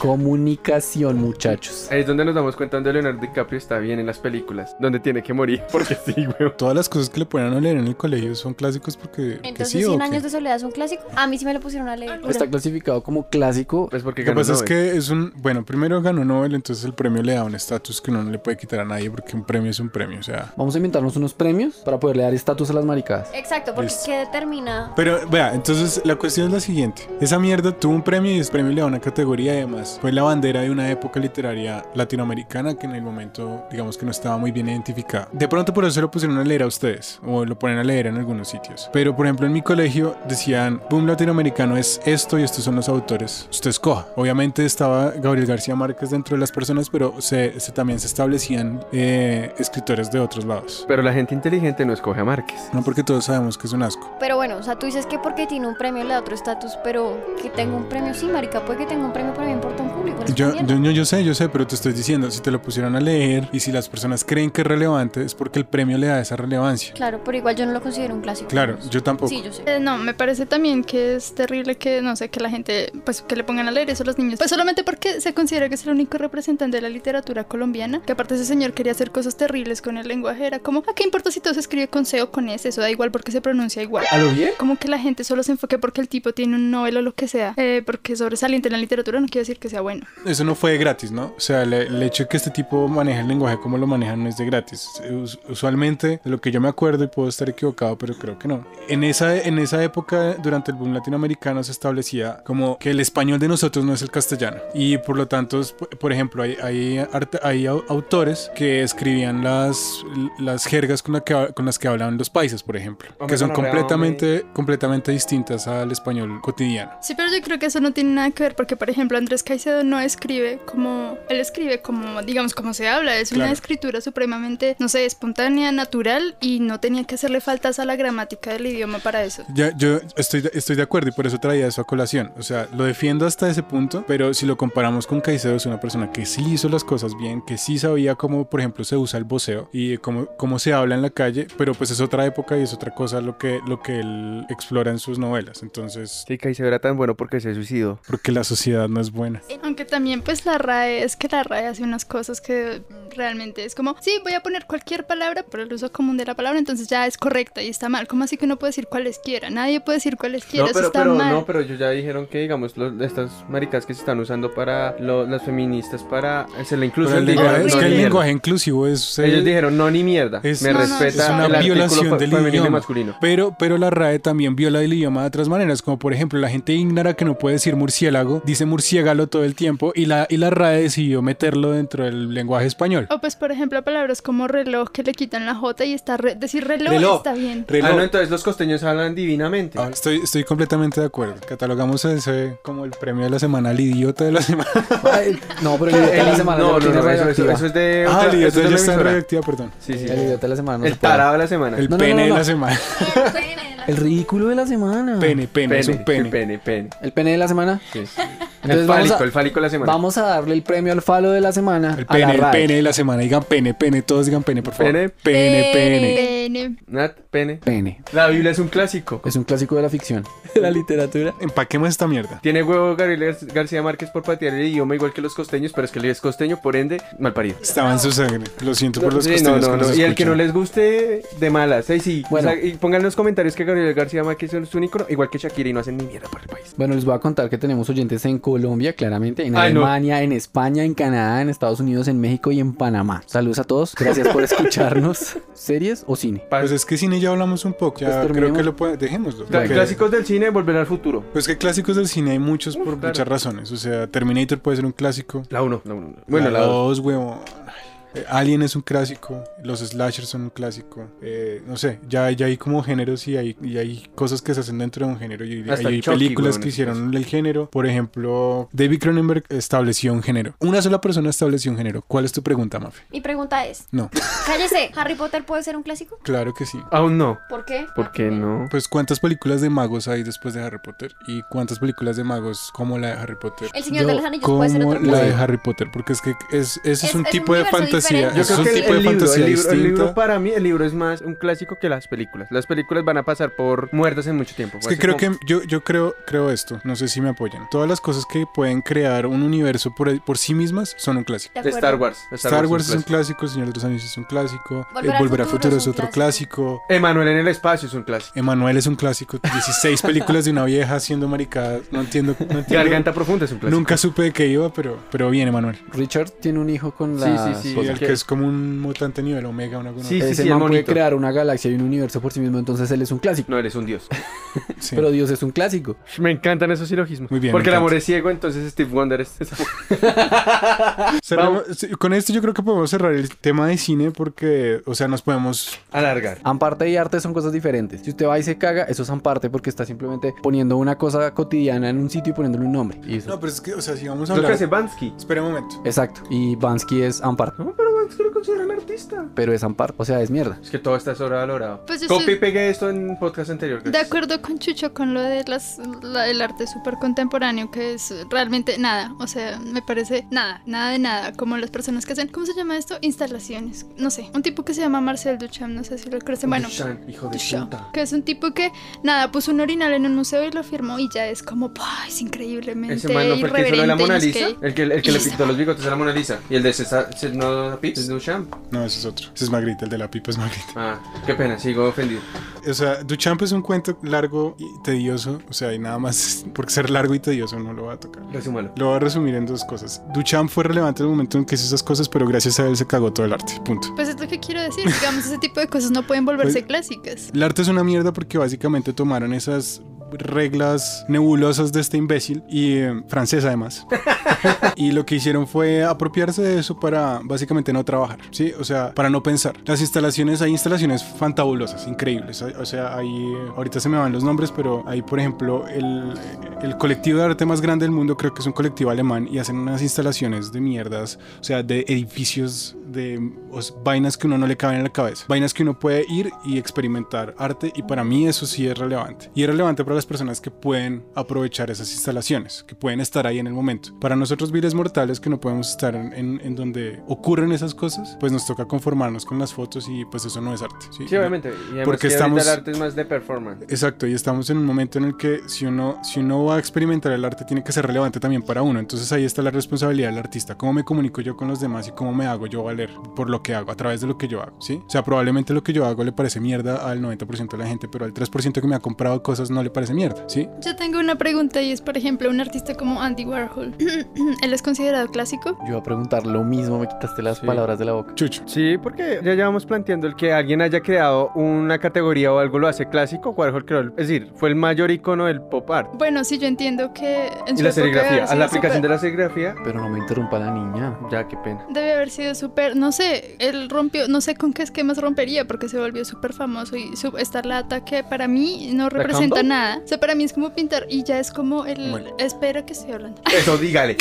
S2: relación, muchachos.
S3: Ahí es donde nos damos cuenta donde Leonardo DiCaprio está bien en las películas, donde tiene que morir, porque sí, weón.
S4: Todas las cosas que le ponían a leer en el colegio son clásicos porque, porque
S5: Entonces,
S4: sí o
S5: 100
S4: qué?
S5: años de soledad es un clásico. A mí sí me lo pusieron a leer.
S2: Está clasificado como clásico.
S3: Pues porque
S4: Lo que
S3: ganó
S4: pasa es
S3: Nobel.
S4: que es un. Bueno, primero ganó Nobel, entonces el premio le da un estatus que uno no le puede quitar a nadie porque un premio es un premio, o sea.
S2: Vamos a inventarnos unos premios para poderle dar estatus a las maricadas.
S5: Exacto, porque
S4: Listo.
S5: ¿qué determina?
S4: Pero vea, entonces la cuestión es la siguiente. Esa mierda tuvo un premio y ese premio le da una categoría además. Fue la bandera de una época literaria latinoamericana que en el momento digamos que no estaba muy bien identificada. De pronto por eso lo pusieron a leer a ustedes o lo ponen a leer en algunos sitios. Pero por ejemplo en mi colegio decían, boom latinoamericano es esto y estos son los autores. Usted escoja. Obviamente estaba Gabriel García Márquez dentro de las personas, pero se, se- también se establecían eh, escritores de otros lados.
S3: Pero la gente inteligente no escoge a Márquez.
S4: No porque todos sabemos que es un asco.
S5: Pero bueno, o sea, tú dices que porque tiene un premio le da otro estatus, pero que tenga un premio, sí, marica, puede que tenga un premio, pero me importa un culo. igual es
S4: Yo,
S5: una mierda.
S4: yo, yo- yo sé, yo sé, pero te estoy diciendo, si te lo pusieron a leer y si las personas creen que es relevante, es porque el premio le da esa relevancia.
S5: Claro, pero igual yo no lo considero un clásico.
S4: Claro, yo tampoco.
S5: Sí, yo sé.
S6: Eh, no, me parece también que es terrible que, no sé, que la gente, pues que le pongan a leer eso a los niños. Pues solamente porque se considera que es el único representante de la literatura colombiana, que aparte ese señor quería hacer cosas terribles con el lenguaje, era como, ¿a qué importa si todo se escribe con C o con S? Eso da igual porque se pronuncia igual.
S2: ¿A lo bien?
S6: Como que la gente solo se enfoque porque el tipo tiene un novelo o lo que sea, eh, porque es sobresaliente en la literatura no quiere decir que sea bueno.
S4: Eso no fue de gratis, ¿no? O sea, le- el hecho de que este tipo maneja el lenguaje como lo maneja no es de gratis. Us- usualmente, de lo que yo me acuerdo, y puedo estar equivocado, pero creo que no. En esa, en esa época, durante el boom latinoamericano, se establecía como que el español de nosotros no es el castellano. Y por lo tanto, es- por ejemplo, hay, hay, arte- hay au- autores que escribían las, las jergas con, la que, ha- con las que hablaban los paisas, por ejemplo,
S3: Hombre,
S4: que son
S3: gonorrea, hombre.
S4: completamente, completamente distintas al español cotidiano.
S6: Sí, pero yo creo que eso no tiene nada que ver porque, por ejemplo, Andrés Caicedo no escribe como... Él escribe como, digamos, como se habla. Es una
S4: Claro.
S6: escritura supremamente, no sé, espontánea, natural y no tenía que hacerle faltas a la gramática del idioma para eso.
S4: Ya, yo estoy, de- estoy de acuerdo y por eso traía eso a colación. O sea, lo defiendo hasta ese punto, pero si lo comparamos con Caicedo, es una persona que sí hizo las cosas bien, que sí sabía cómo, por ejemplo, se usa el voceo y cómo, cómo se habla en la calle, pero pues es otra época y es otra cosa lo que, lo que él explora en sus novelas. Entonces,
S3: Sí, Caicedo era tan bueno porque se suicidó.
S4: porque la sociedad no es buena.
S6: Aunque también pues la RAE, es que la RAE hace unas cosas que realmente es como, sí, voy a poner cualquier palabra, pero el uso común de la palabra entonces ya es correcta y está mal. ¿Cómo así que uno puede decir cualesquiera? Nadie puede decir cualesquiera,
S3: No,
S6: eso
S3: pero,
S6: está
S3: pero,
S6: mal.
S3: no, pero ellos ya dijeron que, digamos, los- estas maricas que se están usando para lo- las feministas para hacer la
S4: Pero
S3: inclusión.
S4: el lenguaje-
S3: dijeron,
S4: es
S3: no,
S4: que
S3: ni
S4: el
S3: mierda.
S4: lenguaje inclusivo es... eh,
S3: Ellos dijeron, no, ni mierda.
S4: es-
S3: Me
S6: no, no,
S3: respeta
S6: es una
S3: el
S4: violación
S3: artículo fa-
S4: del
S3: femenino y
S4: idioma.
S3: masculino.
S4: Pero, pero la RAE también viola el idioma de otras maneras, como por ejemplo la gente ignara que no puede decir murciélago, dice murciégalo todo el tiempo y la, y la RAE decidió meterlo dentro del lenguaje español.
S6: O pues por ejemplo palabras como reloj que le quitan la J y está re- decir reloj,
S4: Reloj.
S6: está bien.
S3: Ah, no, entonces los costeños hablan divinamente.
S4: Ah, Estoy, estoy completamente de acuerdo. Catalogamos ese como el premio de la semana al idiota de la semana.
S2: Ay, no, pero el
S3: El-
S2: idiota de la semana
S3: no,
S2: lo
S3: no,
S2: tiene
S3: no, eso, eso-
S2: radioactiva.
S3: eso es de.
S4: ah,
S3: otra-
S4: el
S3: eso
S4: idiota
S3: es de una
S4: ya está en
S3: emisora.
S4: radioactiva, perdón.
S3: Sí, sí.
S2: El idiota de la semana no
S3: El
S2: se puede.
S3: tarado de la semana.
S4: El
S2: No, no,
S4: pene
S2: no,
S4: de
S2: no.
S4: la semana.
S2: El ridículo de la semana.
S4: Pene, pene,
S3: Pene,
S4: es un pene.
S3: sí, pene, pene.
S2: El pene de la semana.
S3: Sí.
S2: Entonces vamos
S3: el fálico,
S2: a-
S3: el fálico de la semana.
S2: Vamos a darle el premio al falo de la semana. a la
S4: El pene, el
S2: RAE.
S4: pene de la semana. Digan pene, pene, todos digan pene, por favor.
S3: Pene.
S4: pene.
S5: Eh,
S4: pene.
S6: Pene.
S3: Nat, pene.
S2: Pene.
S3: La Biblia es un clásico.
S2: Es un clásico de la ficción. De la literatura.
S4: Empaquemos esta mierda.
S3: Tiene huevo Gabriel Gar- García Márquez por patear el idioma igual que los costeños, pero es que él es costeño, por ende, mal parido.
S4: Estaba en su sangre. Lo siento por los
S3: Sí, no,
S4: costeños
S3: no,
S4: que
S3: no.
S4: nos
S3: Y el que no
S4: escuchan.
S3: les guste, de malas. Ahí sí.
S2: Bueno.
S3: O sea, y pongan en los comentarios que Gabriel García Márquez es un ícono, igual que Shakira, y no hacen ni mierda para el país.
S2: Bueno, les voy a contar que tenemos oyentes en Colombia, claramente, en
S3: Ay, no.
S2: Alemania, en España, en Canadá, en Estados Unidos, en México y en Panamá. Saludos a todos. Gracias por escucharnos. ¿Series o cine?
S4: Pues es que cine ya hablamos un poco. Ya
S2: Pues terminemos.
S4: creo que lo podemos. Dejémoslo.
S3: Cla-
S4: porque-
S3: Clásicos del cine, volver al futuro.
S4: Pues que clásicos del cine hay muchos por
S3: claro.
S4: muchas razones. O sea, Terminator puede ser un clásico.
S3: La uno, la uno. Bueno, la, dos.
S4: dos, huevón. Eh, Alien es un clásico, los slashers son un clásico, eh, no sé, ya, ya hay como géneros y hay, y hay cosas que se hacen dentro de un género y, y
S3: Hasta
S4: hay
S3: Chucky,
S4: películas
S3: huevón,
S4: que
S3: es
S4: hicieron el género. Por ejemplo, David Cronenberg estableció un género. Una sola persona estableció un género. ¿Cuál es tu pregunta, Mafe?
S5: Mi pregunta es,
S4: No,
S5: cállese, ¿Harry Potter puede ser un clásico?
S4: claro que sí.
S3: Aún no.
S5: ¿Por qué?
S3: ¿Por qué no?
S4: Pues cuántas películas de magos hay después de Harry Potter y cuántas películas de magos como la de Harry Potter.
S5: El Señor
S2: Yo
S5: de los Anillos
S4: Como
S5: puede ser
S4: la
S5: otro
S4: de
S5: clásico.
S4: Harry Potter, porque es que es, ese es,
S5: Es-
S4: un
S5: es
S4: tipo
S5: un
S4: de
S5: universo
S4: fantasía fantasía.
S5: diferente.
S3: Yo
S4: Es
S3: creo
S4: un
S3: que el,
S4: tipo
S3: el
S4: de
S3: libro,
S4: fantasía
S3: el libro- el libro
S4: distinta.
S3: para mí, el libro es más un clásico que las películas. Las películas van a pasar por muertas en mucho tiempo.
S4: Es que creo que yo, yo creo, creo esto, no sé si me apoyan. Todas las cosas que pueden crear un universo por, por sí mismas son un clásico.
S5: De acuerdo.
S3: Star Wars.
S4: Star Wars es un
S3: clásico.
S4: clásico, Señor de los Anillos es un clásico, eh,
S5: Volver al
S4: Volver al
S5: Futuro
S4: Futuro es otro clásico,
S3: Emanuel en el espacio es un clásico.
S4: Emanuel es un clásico, 16 películas de una vieja haciendo maricadas, no entiendo, no entiendo.
S3: Garganta profunda es un clásico.
S4: Nunca supe de qué iba, pero, pero bien, Emanuel.
S2: Richard tiene un hijo con
S3: Sí,
S2: la...
S3: sí, sí.
S4: Y
S3: Pues
S4: el
S3: es
S4: que
S3: que-
S4: es como un mutante nivel omega, una cosa.
S3: Sí,
S2: Ese
S3: el
S2: man puede
S3: monito.
S2: crear una galaxia y un universo por sí mismo, entonces él es un clásico.
S3: No eres un dios.
S4: Sí.
S2: Pero Dios es un clásico.
S3: Me encantan esos silogismos.
S4: Muy bien,
S3: Porque
S4: me
S3: el amor
S4: encanta.
S3: es ciego, entonces Steve Wonder es.
S4: Cerramos- sí, con esto yo creo que podemos cerrar el tema de cine porque, o sea, nos podemos...
S3: Alargar.
S2: Amparte y arte son cosas diferentes. Si usted va y se caga, eso es amparte porque está simplemente poniendo una cosa cotidiana en un sitio y poniéndole un nombre. Y eso.
S4: No, pero es que, o sea, si vamos a
S3: Lo que
S4: hablar...
S3: hace Bansky.
S4: Espera un momento.
S2: Exacto. Y Bansky es amparte,
S3: No, pero Bansky lo consideran artista.
S2: pero es amparte, o sea, es mierda.
S3: Es que todo está sobrevalorado.
S6: Pues yo
S3: Copy
S6: estoy-
S3: y pegué esto en un podcast anterior.
S6: De acuerdo con Chucho, con lo de las, la- el arte súper contemporáneo, que es realmente nada. O sea, me parece nada, nada de nada. Como las personas que hacen, ¿cómo se llama esto? Instalaciones. No sé. Un tipo que se llama Marcel Duchamp, no sé si lo crees. Bueno,
S3: Duchamp, hijo de
S6: Duchamp,
S3: puta.
S6: que es un tipo que, nada, puso un orinal en un museo y lo firmó y ya es como, ¡pah! Es increíblemente
S3: Ese man no fue el que hizo lo de la
S6: irreverente y
S3: Mona
S6: no sé
S3: Lisa.
S6: qué.
S3: El que, el que le
S6: Lisa.
S3: pintó los bigotes a la Mona Lisa. Y el de César, César- no, Pips, es Duchamp.
S4: No, ese es otro. Ese es Magritte, el de la pipa es Magritte.
S3: Ah, qué pena, sigo ofendido.
S4: O sea, Duchamp es un cuento largo y tedioso. O sea, y nada más porque ser largo y tedioso no lo va a tocar.
S3: Resúmalo.
S4: Lo voy a resumir en dos cosas. Duchamp fue relevante en el momento en que hizo esas cosas, pero gracias a él se cagó todo el arte. Punto.
S6: Pues es lo que quiero decir. Digamos, ese tipo de cosas no pueden volverse
S4: Pues-
S6: clásicas.
S4: El arte es una mierda porque básicamente tomaron esas reglas nebulosas de este imbécil y eh, francés además y lo que hicieron fue apropiarse de eso para básicamente no trabajar sí o sea para no pensar las instalaciones hay instalaciones fantabulosas increíbles Hay- o sea hay eh, ahorita se me van los nombres pero hay por ejemplo el, el colectivo de arte más grande del mundo creo que es un colectivo alemán y hacen unas instalaciones de mierdas o sea de edificios de o sea, vainas que uno no le caben en la cabeza, vainas que uno puede ir y experimentar arte y para mí eso sí es relevante. Y es relevante para las personas que pueden aprovechar esas instalaciones, que pueden estar ahí en el momento. Para nosotros viles mortales que no podemos estar en, en- en donde ocurren esas cosas, pues nos toca conformarnos con las fotos y pues eso no es arte. ¿sí?
S3: Sí, obviamente. Y además que ahorita
S4: Porque estamos-
S3: el arte es más de performance.
S4: Exacto, y estamos en un momento en el que si uno, si uno va a experimentar el arte tiene que ser relevante también para uno. Entonces ahí está la responsabilidad del artista. ¿Cómo me comunico yo con los demás y cómo me hago yo valer por lo que hago, a través de lo que yo hago? ¿sí? O sea, probablemente lo que yo hago le parece mierda al 90% de la gente, pero al 3% que me ha comprado cosas no le parece mierda. ¿sí?
S6: Yo tengo una pregunta y es, por ejemplo, un artista como Andy Warhol. ¿Él es considerado clásico?
S2: Yo iba a preguntar lo mismo, me quitaste las
S3: Sí.
S2: palabras de la boca.
S4: Chucho.
S3: Sí, porque ya llevamos planteando el que alguien haya creado una categoría o algo lo hace clásico. Warhol creó, el- es decir, fue el mayor icono del pop art.
S6: Bueno, sí, yo entiendo que en
S3: Y
S6: su
S3: la
S6: época
S3: serigrafía.
S6: debe haber
S3: A la
S6: sido
S3: aplicación de
S6: súper-
S3: la serigrafía.
S2: Pero no me interrumpa la niña.
S3: Ya, qué pena.
S6: Debe haber sido súper, no sé, él rompió, no sé con qué esquemas rompería porque se volvió súper famoso y su, esta lata que para mí no representa
S3: Campbell?
S6: nada. O sea, para mí es como pintar y ya es como el...
S4: Bueno.
S6: Espera que estoy hablando.
S3: Eso, dígale.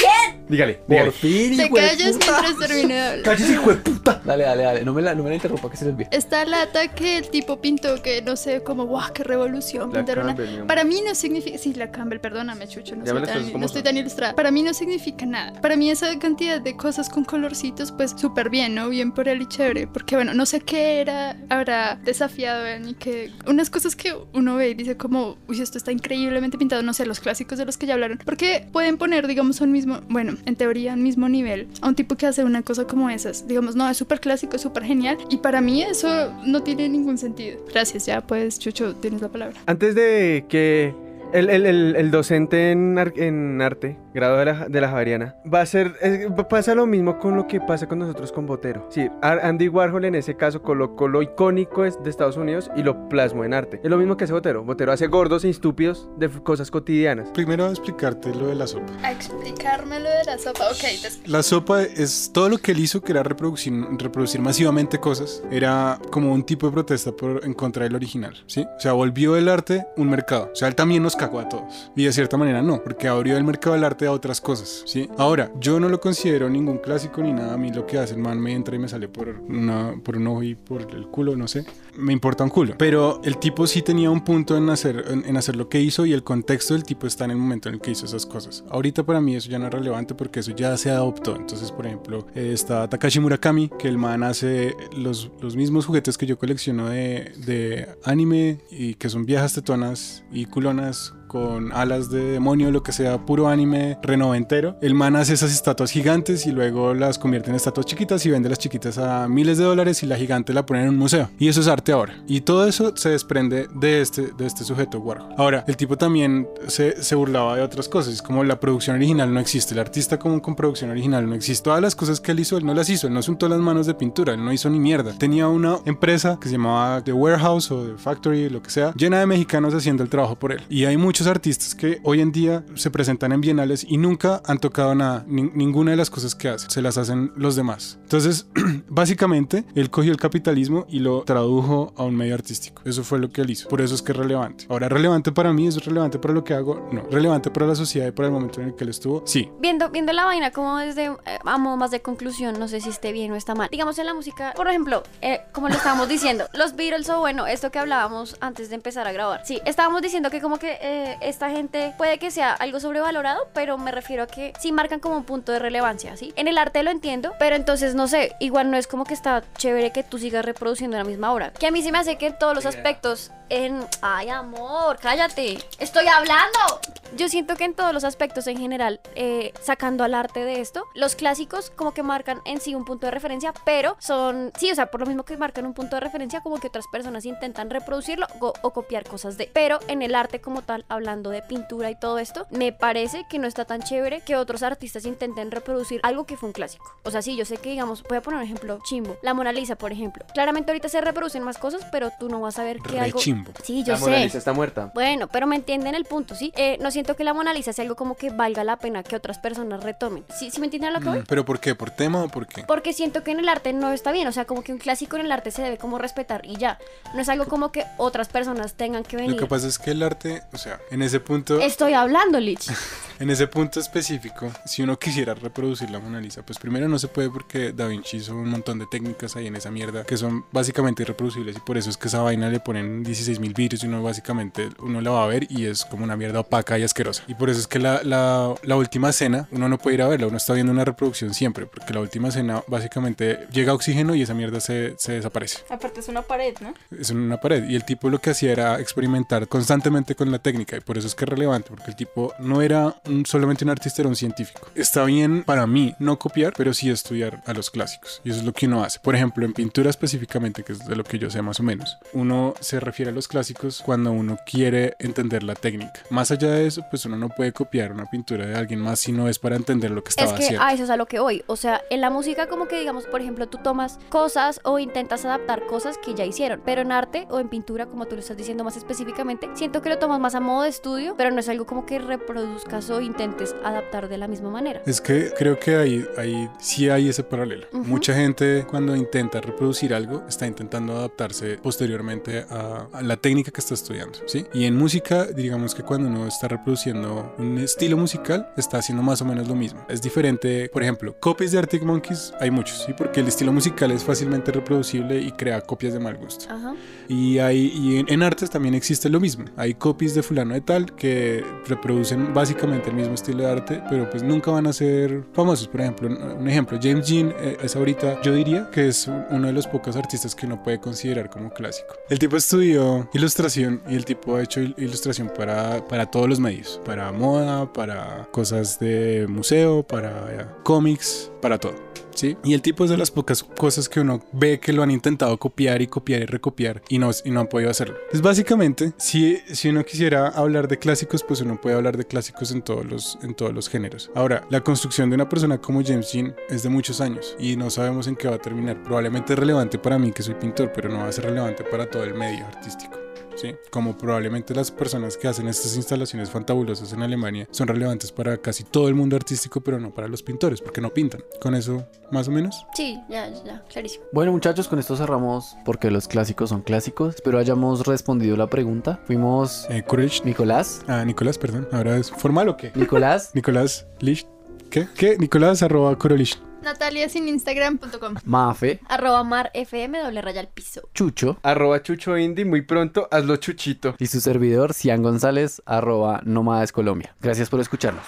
S3: Dígale,
S2: Por
S3: dígale.
S2: fin,
S6: Te
S2: hijo de
S6: callas
S2: puta.
S6: mientras termino de hablar.
S3: Cállese, hijo de puta.
S2: Dale, dale, dale. No me la, no me la interrumpa que se les olvide.
S6: Esta lata que el tipo pintó, que no sé, como, guau, qué revolución,
S3: La
S6: pintar una...
S3: Campbell, mi amor.
S6: Para mí no significa... Sí, la Campbell, perdóname, Chucho, no,
S3: Ya
S6: soy
S3: ve las cosas
S6: tan,
S3: como
S6: no estoy
S3: son.
S6: tan ilustrada. Para mí no significa nada. Para mí esa cantidad de cosas con colorcitos, pues súper bien, ¿no? Bien por él y chévere. Porque, bueno, no sé qué era, habrá desafiado él y que... Unas cosas que uno ve y dice como, uy, esto está increíblemente pintado, no sé, los clásicos de los que ya hablaron. Porque pueden poner, digamos, a un mismo... Bueno, en teoría, al mismo nivel, a un tipo que hace una cosa como esas. Digamos, no, es súper clásico, es súper genial. Y para mí eso no tiene ningún sentido. Gracias, ya, pues, Chucho, tienes la palabra.
S3: Antes de que el, el- el- el docente en, ar- en arte, grado de la, de la Javeriana, va a ser. es- pasa lo mismo con lo que pasa con nosotros con Botero. Sí, Ar- Andy Warhol en ese caso colocó lo icónico es- de Estados Unidos y lo plasmó en arte. Es lo mismo que hace Botero. Botero hace gordos e estúpidos de f- cosas cotidianas.
S4: Primero explicarte lo de la sopa.
S6: A explicarme lo de la sopa. Ok, des-
S4: La sopa es todo lo que él hizo, que era reproducir, reproducir masivamente cosas, era como un tipo de protesta por, en contra del original, ¿sí? O sea, volvió el arte un mercado. O sea, él también nos cagó a todos. Y de cierta manera no, porque abrió el mercado del arte a otras cosas, ¿sí? Ahora, yo no lo considero ningún clásico ni nada. A mí lo que hace el man me entra y me sale por, una, por un ojo y por el culo, no sé. Me importa un culo. Pero el tipo sí tenía un punto en hacer, en, en hacer lo que hizo y el contexto del tipo está en el momento en el que hizo esas cosas. Ahorita para mí eso ya no es relevante porque eso ya se adoptó. Entonces, por ejemplo, eh, está Takashi Murakami, que el man hace los, los mismos juguetes que yo colecciono de, de anime y que son viejas tetonas y culonas con alas de demonio, lo que sea, puro anime renoventero. El man hace esas estatuas gigantes y luego las convierte en estatuas chiquitas y vende las chiquitas a miles de dólares y la gigante la pone en un museo. Y eso es arte ahora. Y todo eso se desprende de este, de este sujeto, Warhol. Ahora, el tipo también se, se burlaba de otras cosas, como la producción original no existe, el artista como con producción original no existe. Todas las cosas que él hizo, él no las hizo, él no juntó las manos de pintura, él no hizo ni mierda. Tenía una empresa que se llamaba The Warehouse o The Factory, lo que sea, llena de mexicanos haciendo el trabajo por él. Y hay muchos artistas que hoy en día se presentan en bienales y nunca han tocado nada, ni- ninguna de las cosas que hacen, se las hacen los demás. Entonces, básicamente, él cogió el capitalismo y lo tradujo a un medio artístico. Eso fue lo que él hizo. Por eso es que es relevante. Ahora, ¿relevante para mí? ¿Es relevante para lo que hago? No. ¿Relevante para la sociedad y para el momento en el que él estuvo? Sí.
S5: Viendo, viendo la vaina como desde, eh, a modo más de conclusión, no sé si esté bien o está mal. Digamos en la música, por ejemplo, eh, como lo estábamos diciendo, los Beatles o bueno, esto que hablábamos antes de empezar a grabar. Sí, estábamos diciendo que como que eh, esta gente puede que sea algo sobrevalorado, pero me refiero a que sí marcan como un punto de relevancia, ¿sí? En el arte lo entiendo, pero entonces no sé, igual no es como que está chévere que tú sigas reproduciendo la misma obra. Que a mí sí me hace que en todos los aspectos, en... Ay, amor, cállate. Estoy hablando. Yo siento que en todos los aspectos en general, eh, sacando al arte de esto, los clásicos como que marcan en sí un punto de referencia, pero son, sí, o sea, por lo mismo que marcan un punto de referencia, como que otras personas intentan reproducirlo go- o, copiar cosas de. Pero en el arte como tal, hablando de pintura y todo esto, me parece que no está tan chévere que otros artistas intenten reproducir algo que fue un clásico. O sea, sí, yo sé que digamos, voy a poner un ejemplo chimbo, la Mona Lisa, por ejemplo. Claramente ahorita se reproducen más cosas, pero tú no vas a ver que algo...
S4: Rechimbo.
S5: Sí, yo
S3: La Mona
S5: sé.
S3: Lisa está muerta.
S5: Bueno, pero me entienden el punto, ¿sí? Eh, no siento que la Mona Lisa sea algo como que valga la pena que otras personas retomen. ¿Sí, sí me entienden a lo que voy?
S4: ¿Pero por qué? ¿Por tema o por qué?
S5: Porque siento que en el arte no está bien, o sea, como que un clásico en el arte se debe como respetar y ya. No es algo como que otras personas tengan que
S4: Lo
S5: venir.
S4: que pasa es que el arte, o sea, en ese punto...
S5: Estoy hablando, Lich.
S4: En ese punto específico, si uno quisiera reproducir la Mona Lisa, pues primero no se puede porque Da Vinci hizo un montón de técnicas ahí en esa mierda que son básicamente irreproducibles y por eso es que esa vaina le ponen 16.000 virus y uno básicamente uno la va a ver y es como una mierda opaca y asquerosa. Y por eso es que la, la- la última cena uno no puede ir a verla, uno está viendo una reproducción siempre porque la última cena básicamente llega oxígeno y esa mierda se, se desaparece
S8: Aparte es una pared, ¿no?
S4: es en una pared. Y el tipo lo que hacía era experimentar constantemente con la técnica. Y por eso es que es relevante, porque el tipo no era un- solamente un artista, era un científico. Está bien para mí no copiar, pero sí estudiar a los clásicos. Y eso es lo que uno hace. Por ejemplo, en pintura específicamente, que es de lo que yo sé más o menos, uno se refiere a los clásicos cuando uno quiere entender la técnica. Más allá de eso, pues uno no puede copiar una pintura de alguien más si no es para entender lo que estaba
S5: Es que
S4: haciendo.
S5: a eso es a lo que voy. O sea, en la música como que digamos, por ejemplo, tú tomas cosas o intentas adaptar cosas que ya hicieron. Pero en arte o en pintura, como tú lo estás diciendo más específicamente, siento que lo tomas más a modo de estudio, pero no es algo como que reproduzcas o intentes adaptar de la misma manera.
S4: Es que creo que ahí, ahí sí hay ese paralelo.
S5: Ujú.
S4: Mucha gente cuando intenta reproducir algo está intentando adaptarse posteriormente a, a la técnica que está estudiando, ¿sí? Y en música, digamos que cuando uno está reproduciendo un estilo musical, está haciendo más o menos lo mismo. Es diferente, por ejemplo, copias de Arctic Monkeys hay muchos, ¿sí? Porque el estilo musical es fácilmente reproducible y crea copias de mal gusto.
S5: Ajá.
S4: Y, hay, y en, en artes también existe lo mismo. Hay copies de fulano de tal que reproducen básicamente el mismo estilo de arte, pero pues nunca van a ser famosos. Por ejemplo, un un ejemplo, James Jean eh, es ahorita, yo diría que es un- uno de los pocos artistas que uno puede considerar como clásico. El tipo estudió ilustración y el tipo ha hecho il- ilustración para, para todos los medios, para moda, para cosas de museo, para eh, cómics, para todo. ¿sí? Y el tipo es de las pocas cosas que uno ve que lo han intentado copiar y copiar y recopiar y no, y no han podido hacerlo. Entonces, básicamente, si, si uno quisiera hablar de clásicos, pues uno puede hablar de clásicos en todos, los, en todos los géneros. Ahora, la construcción de una persona como James Jean es de muchos años y no sabemos en qué va a terminar. Probablemente es relevante para mí que soy pintor, pero no va a ser relevante para todo el medio artístico. ¿sí? Como probablemente las personas que hacen estas instalaciones fantabulosas en Alemania son relevantes para casi todo el mundo artístico, pero no para los pintores, porque no pintan. Con eso, más o menos.
S5: Sí, ya, ya, clarísimo.
S2: Bueno muchachos, con esto cerramos porque los clásicos son clásicos. Espero hayamos respondido la pregunta. Fuimos
S4: Eh, Courage.
S2: Nicolás.
S4: Ah, Nicolás, perdón. ¿Ahora es formal o qué?
S2: Nicolás.
S4: Nicolás Licht. ¿Qué? ¿Qué? Nicolás arroba Corolish.
S6: Natalia sin Instagram.com.
S2: Mafe.
S5: Arroba mar fm doble raya al piso.
S2: Chucho.
S3: Arroba Chucho Indie, muy pronto hazlo chuchito.
S2: Y su servidor, Cian González, arroba Nómadas Colombia. Gracias por escucharnos.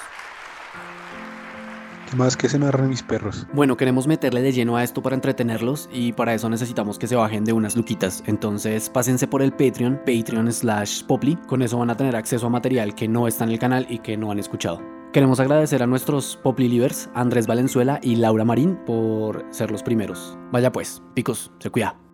S10: ¿Qué más que se narran mis perros?
S2: Bueno, queremos meterle de lleno a esto para entretenerlos y para eso necesitamos que se bajen de unas luquitas. Entonces, pásense por el Patreon, Patreon slash Poply. Con eso van a tener acceso a material que no está en el canal y que no han escuchado. Queremos agradecer a nuestros Poply Livers, Andrés Valenzuela y Laura Marín, por ser los primeros. Vaya pues, picos, se cuida.